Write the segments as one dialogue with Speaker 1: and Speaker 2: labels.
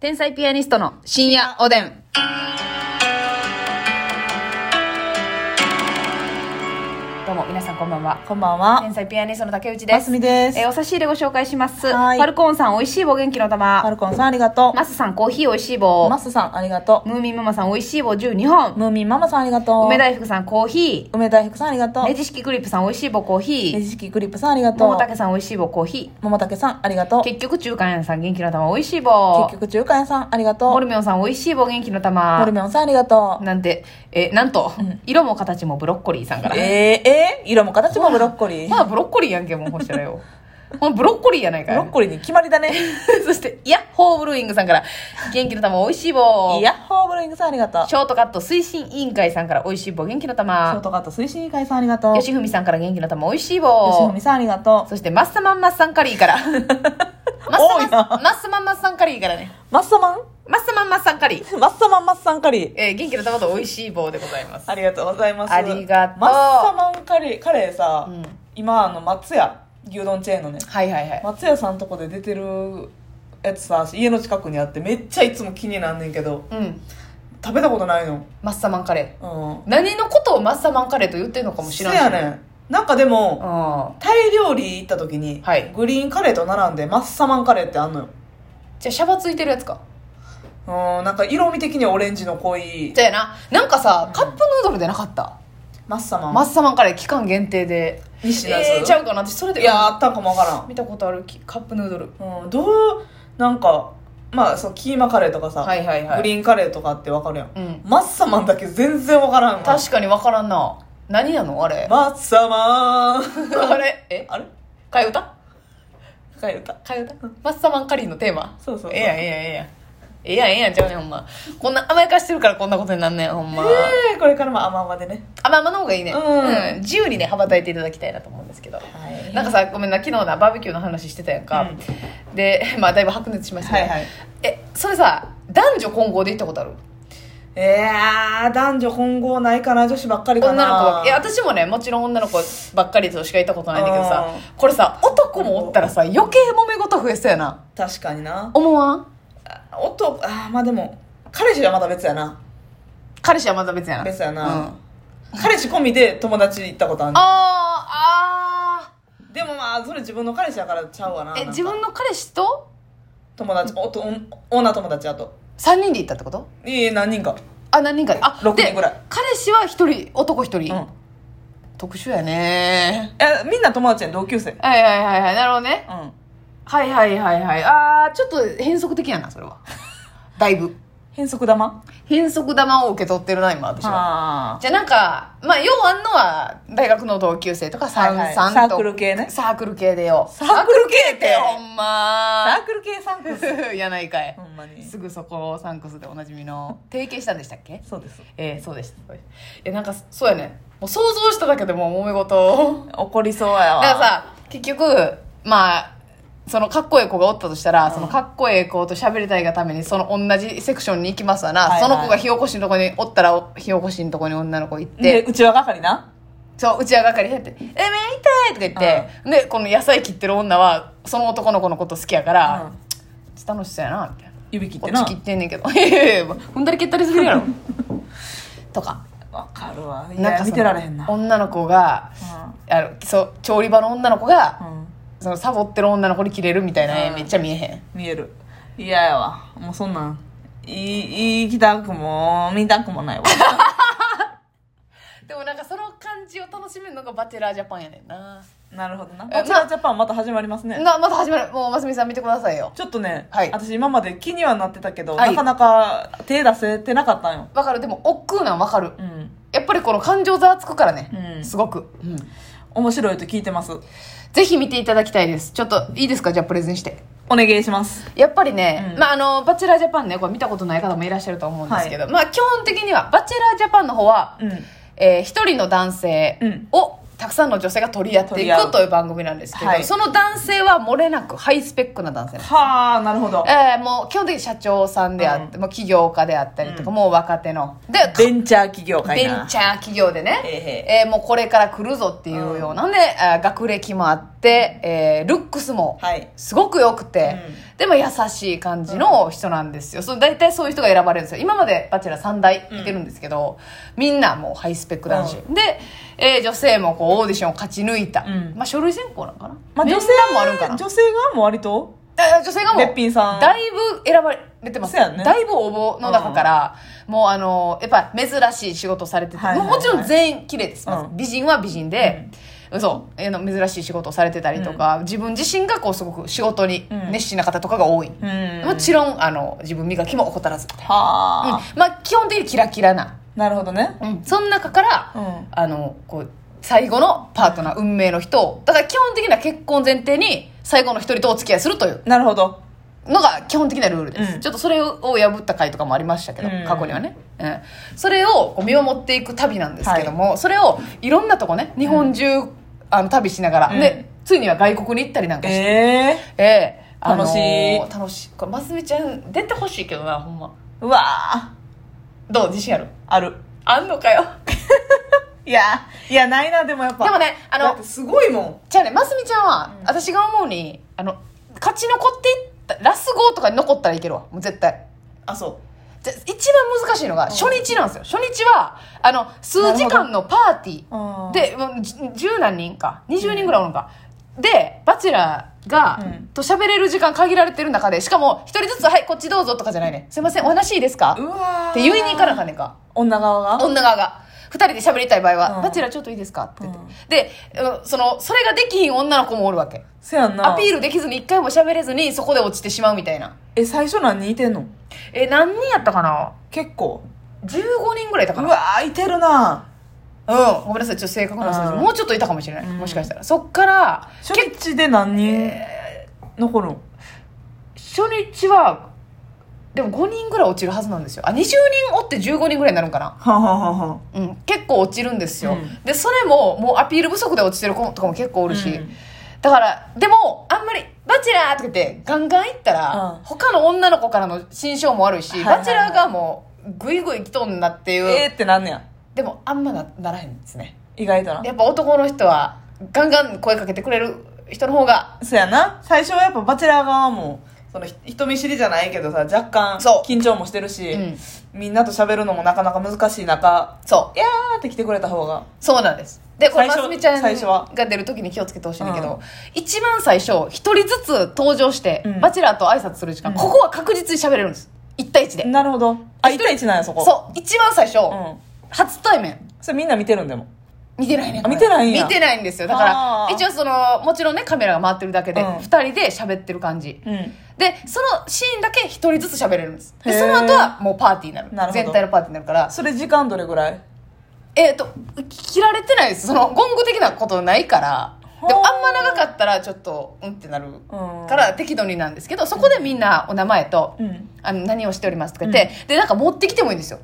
Speaker 1: 天才ピアニストの深夜おでん。どうも皆さんこんばんは。
Speaker 2: こんばんは
Speaker 1: 天。才ピアニストの竹内で。
Speaker 2: ますすみです。
Speaker 1: えーお差し入れご紹介します。フ
Speaker 2: はい
Speaker 1: ァルコーンさん、美味しい棒元気の
Speaker 2: ファ
Speaker 1: 玉。
Speaker 2: ルコンさんありがと。
Speaker 1: マスさん、コーヒー美味しいう棒
Speaker 2: マ。スさんありがと
Speaker 1: ムーミンママさん、美味しい棒12本
Speaker 2: う。。ムーミンママさんありがとう。
Speaker 1: 梅大福さん、コーヒ
Speaker 2: 梅大福さんありがと
Speaker 1: ー。
Speaker 2: う。
Speaker 1: ネジ式クリップさん、美味しい棒コーヒ
Speaker 2: レ
Speaker 1: ー。
Speaker 2: ジ式クリップさんありがとう。
Speaker 1: 桃竹さん、美味しい棒コーヒ
Speaker 2: 桃竹さんありがとう。
Speaker 1: ー。
Speaker 2: 結
Speaker 1: 結局、中華屋さん、元気の玉、美味しい棒。
Speaker 2: 局中華屋さんありがとう。
Speaker 1: モ
Speaker 2: モ
Speaker 1: ルミョンさん、美味しい棒元気の玉。
Speaker 2: ルメオンさんありがとう。
Speaker 1: なんて、え、なんと、色も形もブロッコリーさんから。
Speaker 2: えー、えー、色も形もブロッコリー。
Speaker 1: まあ、ブロッコリーやんけ、もう、ほしたらよ。ほんブロッコリーやない
Speaker 2: ブ
Speaker 1: か
Speaker 2: ロ
Speaker 1: よ
Speaker 2: ッ。コリーに決まりだね。
Speaker 1: そして、ヤッホーブルーイングさんから、元気の玉、美味しい棒。
Speaker 2: ヤッホーブロイングさんありがとう。シ
Speaker 1: ショートカット推進委員会さんから、美味しい棒、元気の
Speaker 2: ョー
Speaker 1: 玉。
Speaker 2: トカット推進委員会さんありがとう。
Speaker 1: よ
Speaker 2: よし
Speaker 1: しふみさんから、元気の玉、美味しい
Speaker 2: ふ
Speaker 1: 棒
Speaker 2: み。さんありがとう。
Speaker 1: そして、マッサマンマッサンカリーから。マッ
Speaker 2: 多
Speaker 1: サマ
Speaker 2: い
Speaker 1: ン
Speaker 2: な
Speaker 1: マッサマンマッサンカリーからね。
Speaker 2: マッサマン
Speaker 1: マッサマンマッサンカリー。
Speaker 2: マッサマンマッサンカリー。
Speaker 1: えー元気の玉と美味しい棒でございます。
Speaker 2: ありがとうございます。
Speaker 1: ありがとう
Speaker 2: マッサマンカレー、カレーさ、
Speaker 1: うん
Speaker 2: 今、あの、松屋、牛丼チェーンのね、
Speaker 1: はいはいはい。
Speaker 2: 松屋さんとこで出てるやつさ、家の近くにあって、めっちゃいつも気になんねんけど、
Speaker 1: うん。
Speaker 2: 食べたことないの。
Speaker 1: マッサマンカレー。
Speaker 2: うん。
Speaker 1: 何のことをマッサマンカレーと言ってんのかもし
Speaker 2: せ
Speaker 1: れない
Speaker 2: やねん。なんかでも、
Speaker 1: あ
Speaker 2: タイ料理行った時に、
Speaker 1: はい
Speaker 2: グリーンカレーと並んで、マッサマンカレーってあんのよ。
Speaker 1: じゃあシャバついてるやつか
Speaker 2: うん、なんか色味的にはオレンジの濃い
Speaker 1: じ、ゃあやななんかさ、カップヌードルでなかった、
Speaker 2: マッサマン。
Speaker 1: マッサマンカレー期間限定で
Speaker 2: にしなやつ
Speaker 1: えー、ちゃうかな私それで
Speaker 2: いや、あったんかもわからん。
Speaker 1: 見たことあるきカップヌードル
Speaker 2: うん、どうなんかまあそうキーマカレーとかさ、
Speaker 1: はいはいはい
Speaker 2: グリーンカレーとかってわかるやん、
Speaker 1: うん
Speaker 2: マッサマンだけ全然わからんわ
Speaker 1: 確かに分からんな何なのあれ、
Speaker 2: マッサマン
Speaker 1: あれえ
Speaker 2: あれ
Speaker 1: 替え歌
Speaker 2: 替え歌
Speaker 1: 替え歌マッサマンカレーのテーマ
Speaker 2: そうそうそう
Speaker 1: ええやんええやんええやんええやんええやんちゃうねんほんまこんな甘やかしてるからこんなことになんねんほんま、
Speaker 2: えー、これからも甘々でね
Speaker 1: あまあまあの方がいいね、
Speaker 2: うん
Speaker 1: 自由にね羽ばたいていただきたいなと思うんですけど、
Speaker 2: は い
Speaker 1: なんかさごめんな昨日なバーベキューの話してたやんか、で まあだいぶ白熱しました
Speaker 2: は
Speaker 1: ね、
Speaker 2: いはい
Speaker 1: えそれさ男女混合で行ったことある
Speaker 2: えー、男女混合ないかな女子ばっかりか
Speaker 1: 女
Speaker 2: な
Speaker 1: の子ばっいや私もねもちろん女の子ばっかりとしか行ったことないんだけどさ
Speaker 2: う
Speaker 1: これさ男もおったらさ余計揉め事増えそうやな
Speaker 2: 確かにな
Speaker 1: 思わん
Speaker 2: あ音あーまあでも彼氏はまだ別やな
Speaker 1: 彼氏はまた別やな
Speaker 2: 別やな
Speaker 1: うん、
Speaker 2: 彼氏込みで友達行ったことある
Speaker 1: あーあ
Speaker 2: でもまあそれ自分の彼氏やからちゃうわな
Speaker 1: ー
Speaker 2: な
Speaker 1: え
Speaker 2: んか
Speaker 1: 自分の彼氏と
Speaker 2: 友達おと女友達やと
Speaker 1: 3人で行ったってこと
Speaker 2: いえ何人か
Speaker 1: あ何人かであ
Speaker 2: 六人ぐらい
Speaker 1: で彼氏は1人男1人、
Speaker 2: うん
Speaker 1: 特殊やね
Speaker 2: えみんな友達やん同級生
Speaker 1: はいはいはいはいなるほどね
Speaker 2: うん
Speaker 1: はいはいはいはいあーちょっと変則的やなそれ はだいぶ
Speaker 2: 変則玉
Speaker 1: 変則玉を受け取ってるな今私は
Speaker 2: あ
Speaker 1: じゃあなんかまあようあんのは大学の同級生とか三
Speaker 2: はいはい
Speaker 1: 三
Speaker 2: サークル系ね
Speaker 1: サークル系でよ
Speaker 2: サークル系って
Speaker 1: サークル系ほん
Speaker 2: サ
Speaker 1: ま
Speaker 2: ークル系サンク ス
Speaker 1: やないかい
Speaker 2: ほんまに
Speaker 1: すぐそこサンクスでおなじみの提携したんでしたっけ
Speaker 2: そうです
Speaker 1: えー、そうでしたそうでしたえなんかそうやねもう想像しただけでもう揉め事
Speaker 2: 怒りそうやわ
Speaker 1: だからさ結局まあそのかっこええ子がおったとしたら、そのかっこええ子と喋りたいがためにその同じセクションに行きますわな、
Speaker 2: はいはい
Speaker 1: その子が火起こしのとこにおったらお火起こしのとこに女の子行って、
Speaker 2: でうちは係な
Speaker 1: そううちは係やって「えめいたい!」とか言って、でこの野菜切ってる女はその男の子のこと好きやから、ちょっと楽しそうやなみたいな
Speaker 2: 指切っ
Speaker 1: こ
Speaker 2: て
Speaker 1: っ
Speaker 2: な
Speaker 1: ち切ってんねんけどいやいやいや踏んだり蹴ったりするや ろとか
Speaker 2: わかるわい
Speaker 1: なんか
Speaker 2: や
Speaker 1: その
Speaker 2: 見てられへんな
Speaker 1: 女の子が
Speaker 2: う
Speaker 1: あのそう調理場の女の子が、
Speaker 2: んうん
Speaker 1: そのサボってる女の子に切れるみたいな絵
Speaker 2: うん
Speaker 1: めっちゃ見えへん、
Speaker 2: 見える嫌やわもうそんなんいい行きたくも見たくもない わ
Speaker 1: でもなんかその感じを楽しめるのがバチェラージャパンやねんな、
Speaker 2: なるほどな
Speaker 1: え
Speaker 2: バチェラージャパンまた始まりますね
Speaker 1: なまた始まるもうますみさん見てくださいよ
Speaker 2: ちょっとね、
Speaker 1: はい
Speaker 2: 私今まで気にはなってたけど、
Speaker 1: はい
Speaker 2: なかなか手出せてなかったんよ
Speaker 1: わかるでも億劫なんわかる
Speaker 2: うん
Speaker 1: やっぱりこの感情ざわつくからね、
Speaker 2: うん
Speaker 1: すごく、
Speaker 2: 面白いと聞いてます
Speaker 1: ぜひ見ていただきたいですちょっといいですかじゃあプレゼンして
Speaker 2: お願いします
Speaker 1: やっぱりね、
Speaker 2: うん
Speaker 1: まあ、あのバチェラージャパンねこれ見たことない方もいらっしゃると思うんですけど、まあ基本的にはバチェラージャパンの方は、
Speaker 2: うん
Speaker 1: えー一人の男性
Speaker 2: うん
Speaker 1: をたくさんの女性が取り合って
Speaker 2: 取
Speaker 1: い
Speaker 2: り合
Speaker 1: く
Speaker 2: う
Speaker 1: という番組なんですけど、
Speaker 2: はい
Speaker 1: その男性は漏れなくハイスペックな男性なんです
Speaker 2: はあなるほど
Speaker 1: えーもう基本的に社長さんであって、もう起業家であったりとか、もう若手ので
Speaker 2: ベンチャー企業かい
Speaker 1: ベ
Speaker 2: な
Speaker 1: ンチャー企業でね、
Speaker 2: へ
Speaker 1: えーもうこれから来るぞっていうようなね、あー学歴もあってで、えールックスも
Speaker 2: はい
Speaker 1: すごく良くて、
Speaker 2: う
Speaker 1: でも優しい感じの人なんですよ、そう大体そういう人が選ばれるんですよ今まで「バチェラー」3代いてるんですけど、みんなもうハイスペック男子、で、えー女性もこうオーディションを勝ち抜いた、
Speaker 2: うん
Speaker 1: まあ書類選考なんかな、
Speaker 2: まあ、女性
Speaker 1: 面談もあるんかな
Speaker 2: 女性がもう割と
Speaker 1: あ女性がもう
Speaker 2: べっぴんさん
Speaker 1: だいぶ選ばれてます
Speaker 2: そうやね
Speaker 1: だいぶ応募の中から、もうあのやっぱ珍しい仕事されてて、
Speaker 2: はいはいはい
Speaker 1: もうもちろん全員綺麗です、まず
Speaker 2: うん
Speaker 1: 美人は美人で、そうえの珍しい仕事をされてたりとか、自分自身がこうすごく仕事に
Speaker 2: うん
Speaker 1: 熱心な方とかが多い、
Speaker 2: うん
Speaker 1: もちろんあの自分磨きも怠らずみたいな、
Speaker 2: はあ、
Speaker 1: うんまあ基本的にキラキラな、
Speaker 2: なるほどね
Speaker 1: うんその中から、
Speaker 2: うん
Speaker 1: あのこう最後のパートナー運命の人をだから基本的には結婚前提に最後の一人とお付き合いするという
Speaker 2: なるほど
Speaker 1: のが基本的なルールです、
Speaker 2: うん
Speaker 1: ちょっとそれを破った回とかもありましたけど、
Speaker 2: うん
Speaker 1: 過去にはね、うんそれをこう見守っていく旅なんですけども、それをいろんなとこね日本中、あの旅しながら、
Speaker 2: うん
Speaker 1: でついには外国に行ったりなんかして、
Speaker 2: ええ
Speaker 1: ええあのー
Speaker 2: 楽し
Speaker 1: 楽しいこれますみちゃん出てほしいけどなほんま
Speaker 2: うわあ
Speaker 1: どう自信ある
Speaker 2: ある
Speaker 1: あんのかよ
Speaker 2: いやいやないなでもやっぱ
Speaker 1: でもねあ
Speaker 2: だっ
Speaker 1: の
Speaker 2: てすごいもん
Speaker 1: じゃあねますみちゃんは、私が思うにあの勝ち残っていったラス号とかに残ったらいけるわもう絶対
Speaker 2: あそ
Speaker 1: じゃ一番難しいのが初日なんですよ、初日はあの数時間のパーティ
Speaker 2: う、
Speaker 1: ー
Speaker 2: うん、
Speaker 1: でうんじ十何人か20人ぐらいおるのか、でバチェラーが、
Speaker 2: うん
Speaker 1: と喋れる時間限られてる中でしかも一人ずつ「はいこっちどうぞ」とかじゃないね「すいませんお話いいですか?」
Speaker 2: う
Speaker 1: っ
Speaker 2: わー
Speaker 1: て言いに行かなあかんねんか
Speaker 2: 女側が
Speaker 1: 女側が二人で喋りたい場合は「
Speaker 2: うん
Speaker 1: バチェラーちょっといいですか?」って言って、でうんそのそれができひん女の子もおるわけ
Speaker 2: せやんな
Speaker 1: アピールできずに一回も喋れずにそこで落ちてしまうみたいな
Speaker 2: え最初何人いてんの
Speaker 1: え何人やったかな
Speaker 2: 結構
Speaker 1: 15人ぐらいいたか
Speaker 2: う
Speaker 1: な
Speaker 2: わーいてるな
Speaker 1: うん、ごめんなさい、ちょっと正確な数字、
Speaker 2: うん
Speaker 1: もうちょっといたかもしれない、
Speaker 2: うん
Speaker 1: もしかしたら。そっから、
Speaker 2: 初日で何人残るん
Speaker 1: 初日は、でも5人ぐらい落ちるはずなんですよ。あ、20人おって15人ぐらいになるんかな。
Speaker 2: はあはあはあはあ
Speaker 1: うん、結構落ちるんですよ。
Speaker 2: うん
Speaker 1: で、それも、もうアピール不足で落ちてる子とかも結構おるし。
Speaker 2: うん
Speaker 1: だから、でも、あんまり、バチェラーとか言って、ガンガン行ったら、
Speaker 2: うん
Speaker 1: 他の女の子からの心象も悪いし、
Speaker 2: はいはいはい
Speaker 1: バチェラーがもう、ぐいぐい来とんなっていう。
Speaker 2: えーってなんねや
Speaker 1: でも、あんまなならへんですね。
Speaker 2: 意外とな
Speaker 1: やっぱ男の人は、ガンガン声かけてくれる人の方が、
Speaker 2: そやな最初はやっぱバチェラー側もそのひ人見知りじゃないけどさ若干
Speaker 1: そう
Speaker 2: 緊張もしてるし、
Speaker 1: うん
Speaker 2: みんなと喋るのもなかなか難しい中
Speaker 1: そう
Speaker 2: いやーって来てくれた方が
Speaker 1: そうなんですでこれ
Speaker 2: 最初
Speaker 1: ますみちゃん
Speaker 2: 最初は
Speaker 1: が出る時に気をつけてほしいんだけど、
Speaker 2: う
Speaker 1: 一番最初一人ずつ登場して、
Speaker 2: うん
Speaker 1: バチェラーと挨拶する時間、
Speaker 2: うん
Speaker 1: ここは確実に喋れるんです1対1で、
Speaker 2: なるほどあ1対1なんやそこ
Speaker 1: そう一番最初、
Speaker 2: うん
Speaker 1: 初対面
Speaker 2: それみんな見てるんでも
Speaker 1: 見てないね
Speaker 2: あ見てないんや
Speaker 1: 見てないんですよだから
Speaker 2: あー
Speaker 1: 一応そのもちろんねカメラが回ってるだけで、
Speaker 2: うん
Speaker 1: 二人で喋ってる感じ
Speaker 2: うん
Speaker 1: でそのシーンだけ一人ずつ喋れるんですで
Speaker 2: へー
Speaker 1: その後はもうパーティーになる
Speaker 2: なるほど
Speaker 1: 全体のパーティーになるから
Speaker 2: それ時間どれぐらい
Speaker 1: えっ、と切られてないですそのゴング的なことないから
Speaker 2: ほう
Speaker 1: でもあんま長かったらちょっとうんってなる
Speaker 2: うん
Speaker 1: から適度になんですけどそこでみんなお名前と、
Speaker 2: うん
Speaker 1: あの何をしておりますとか言って、でなんか持ってきてもいいんですよ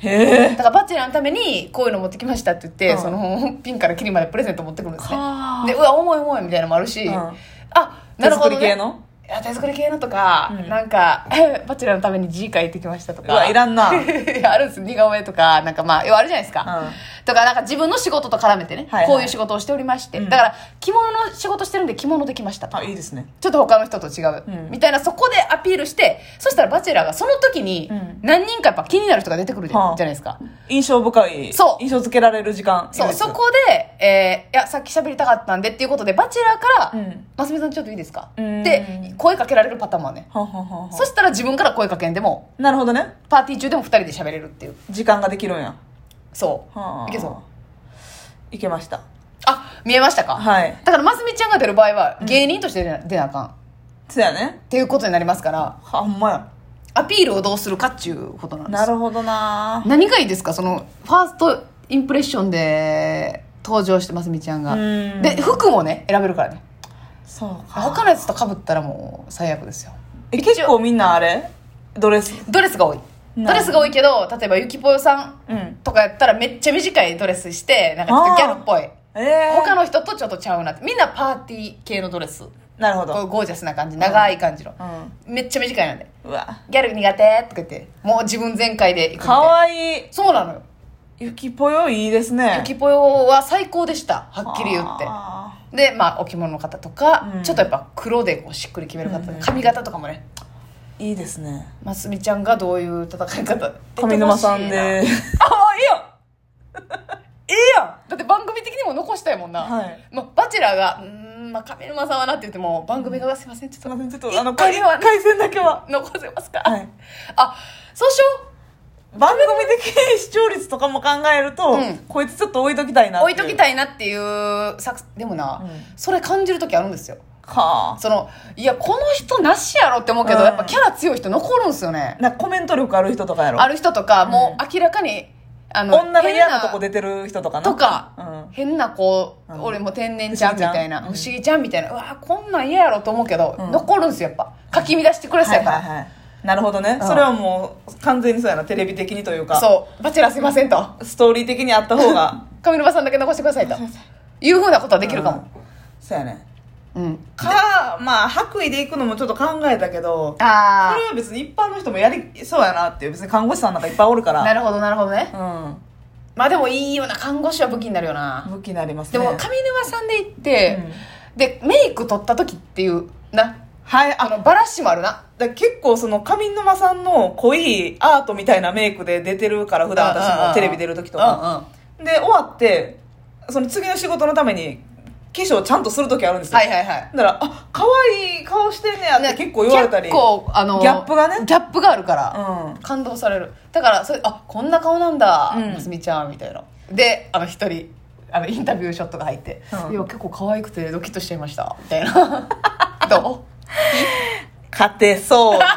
Speaker 2: へえ
Speaker 1: だからバチェラーのためにこういうの持ってきましたって言って、
Speaker 2: うん
Speaker 1: そのピンからキリまでプレゼント持ってくるんですね
Speaker 2: は
Speaker 1: でうわ重い重いみたいなのもあるし、
Speaker 2: うん
Speaker 1: あなるほど、ね、
Speaker 2: 手作り系の
Speaker 1: いや手作り系のとか、
Speaker 2: うん
Speaker 1: なんか 「バチェラーのために字書いてきました」と
Speaker 2: う
Speaker 1: か
Speaker 2: わいらんな
Speaker 1: い やあるんです似顔絵とかなんかまあ要はあるじゃないですか、とかなんか自分の仕事と絡めてね、
Speaker 2: はいはい
Speaker 1: こういう仕事をしておりまして、
Speaker 2: うん
Speaker 1: だから着物の仕事してるんで着物できましたと
Speaker 2: あ
Speaker 1: か
Speaker 2: いいですね
Speaker 1: ちょっと他の人と違う、
Speaker 2: うん
Speaker 1: みたいなそこでアピールしてそしたら「バチェラー」がその時に
Speaker 2: うん
Speaker 1: 何人かやっぱ気になる人が出てくるじゃ,、
Speaker 2: はあ
Speaker 1: じゃないですか
Speaker 2: 印象深い
Speaker 1: そう
Speaker 2: 印象付けられる時間
Speaker 1: そう
Speaker 2: いいです
Speaker 1: そこで、えーいやさっき喋りたかったんで」っていうことで「バチェラー」か
Speaker 2: う
Speaker 1: ら
Speaker 2: ん
Speaker 1: 「ますみさんちょっといいですか?」
Speaker 2: うん
Speaker 1: で声かけられるパターンもあるね、
Speaker 2: はははは
Speaker 1: そしたら自分から声かけんでも
Speaker 2: なるほどね
Speaker 1: パーティー中でも2人で喋れるっていう
Speaker 2: 時間ができるんや
Speaker 1: そう、
Speaker 2: はあ
Speaker 1: いけそう
Speaker 2: いけました
Speaker 1: あ見えましたか、
Speaker 2: はい
Speaker 1: だからますみちゃんが出る場合は芸人として出な,、出なあかんっ
Speaker 2: そやね
Speaker 1: ていうことになりますから
Speaker 2: はほんまや
Speaker 1: アピールをどうするかっちゅうことなんです
Speaker 2: なるほどな
Speaker 1: 何がいいですかそのファーストインプレッションで登場してますみちゃんが
Speaker 2: うん
Speaker 1: で服もね選べるからね
Speaker 2: そうか
Speaker 1: 他のやつとかぶったらもう最悪ですよ
Speaker 2: え結構みんなあれドレス
Speaker 1: ドレスが多い
Speaker 2: なる
Speaker 1: ドレス
Speaker 2: ほど
Speaker 1: が多いけど例えばゆきぽよさん
Speaker 2: うん
Speaker 1: とかやったらめっちゃ短いドレスしてなんかちょっとギャルっぽい
Speaker 2: ええ
Speaker 1: 他の人とちょっとちゃうなってみんなパーティー系のドレス
Speaker 2: なるほ
Speaker 1: こう
Speaker 2: ど
Speaker 1: ゴージャスな感じ長い感じの
Speaker 2: うん
Speaker 1: めっちゃ短いなんで
Speaker 2: うわ
Speaker 1: ギャル苦手とか言ってもう自分全開で行くみたいな
Speaker 2: かわいい
Speaker 1: そうなのよ
Speaker 2: ゆきぽよいいですね
Speaker 1: ゆきぽよは最高でしたはっきり言って
Speaker 2: あ
Speaker 1: で、まあ、お着物の方とか、
Speaker 2: うん
Speaker 1: ちょっとやっぱ黒でこうしっくり決める方とか、
Speaker 2: うん
Speaker 1: 髪型とかもね
Speaker 2: いいですね
Speaker 1: ますみちゃんがどういう戦い方
Speaker 2: 上沼さ
Speaker 1: 出
Speaker 2: ん
Speaker 1: て
Speaker 2: で
Speaker 1: ほしいなあもういいよ
Speaker 2: ええやん
Speaker 1: だって番組的にも残したいもんな、
Speaker 2: はい
Speaker 1: まあ、バチェラーが「うーん、まあ、上沼さんはな」って言っても番組側「すいませんち
Speaker 2: すい
Speaker 1: ょっ
Speaker 2: ま
Speaker 1: と
Speaker 2: せんちょっとあの
Speaker 1: 一回
Speaker 2: 回
Speaker 1: 目はね
Speaker 2: 回線だけは
Speaker 1: 残せますか、
Speaker 2: はい
Speaker 1: あそうしよ
Speaker 2: 番組的視聴率とかも考えると、
Speaker 1: うん
Speaker 2: こいつちょっと置いときたいなっ
Speaker 1: う
Speaker 2: て
Speaker 1: 置いとき
Speaker 2: い
Speaker 1: たいなっていう作でもな、
Speaker 2: うん
Speaker 1: それ感じる時あるんですよ
Speaker 2: うは
Speaker 1: そのいやこの人なしやろって思うけど、
Speaker 2: うん
Speaker 1: やっぱキャラ強い人残るんですよね
Speaker 2: あ、なんかコメント力ある人とかやろ
Speaker 1: ある人とかもう明らかに、あの
Speaker 2: 女の嫌なとこ
Speaker 1: で
Speaker 2: 出てる人とかな
Speaker 1: とか、
Speaker 2: う
Speaker 1: 変な子、
Speaker 2: うん
Speaker 1: 俺も天然ちゃんみたいな不
Speaker 2: 不
Speaker 1: 思
Speaker 2: 思
Speaker 1: 議ちゃんみたいなうわこんなん嫌やろと思うけど、
Speaker 2: うん
Speaker 1: 残るんですよやっぱかき乱してくれ
Speaker 2: ん、
Speaker 1: そうやから、
Speaker 2: はいなるほどね、
Speaker 1: うん
Speaker 2: それはもう完全にそうやなテレビ的にというか
Speaker 1: そう「バチェラーすいません」と
Speaker 2: ストーリー的にあった方が
Speaker 1: 「上沼さんだけ残してください」というふうなことは できるかも、
Speaker 2: うんそうやね
Speaker 1: うん、
Speaker 2: かまあ白衣で行くのもちょっと考えたけどこ
Speaker 1: あ
Speaker 2: れは別に一般の人もやりそうやなっていう別に看護師さんなんかいっぱいおるか
Speaker 1: あ
Speaker 2: ら
Speaker 1: なるほどなるほどね
Speaker 2: うん
Speaker 1: まあでもいいような看護師は武器になるよな、
Speaker 2: 武器になります
Speaker 1: で
Speaker 2: ね
Speaker 1: も上沼さんで行って、でメイク取った時っていうな
Speaker 2: はいあ
Speaker 1: あ
Speaker 2: の
Speaker 1: のバラシもあるな
Speaker 2: だ結構その上沼さんの濃いアートみたいなメイクで出てるから普段私もテレビ出る時とか
Speaker 1: か
Speaker 2: で終わってその次の仕事のために化粧ちゃんとする時あるんですよ、
Speaker 1: はいはいはい
Speaker 2: だから「あ可愛い顔してんねや」って結構言われたり、
Speaker 1: 結構あの
Speaker 2: ギャップがね
Speaker 1: ギャップがあるから、
Speaker 2: う
Speaker 1: 感動されるだからそれあこんな顔なんだ、
Speaker 2: うん
Speaker 1: ますみちゃんみたいなであの一人あのインタビューショットが入って「
Speaker 2: うん
Speaker 1: いや結構可愛くてドキッとしちゃいました」みたい など
Speaker 2: ん、勝て そうです、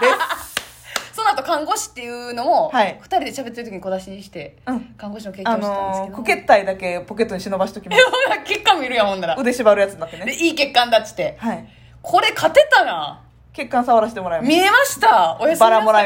Speaker 1: うその後看護師っていうのも、二
Speaker 2: はい
Speaker 1: 人で喋ってる時に小出しにして、
Speaker 2: うん
Speaker 1: 看護師の経験
Speaker 2: あ
Speaker 1: をしたんです
Speaker 2: の
Speaker 1: けど
Speaker 2: ー、コケッタイだけポケットに忍ばしと きます
Speaker 1: え結果見る やんほんなら
Speaker 2: 腕縛るやつになって
Speaker 1: で
Speaker 2: ね
Speaker 1: いい血管だっつって
Speaker 2: はい
Speaker 1: これ勝てたな
Speaker 2: 血管触らせてもらいます
Speaker 1: 見えましたおやすみなさい
Speaker 2: バラもらい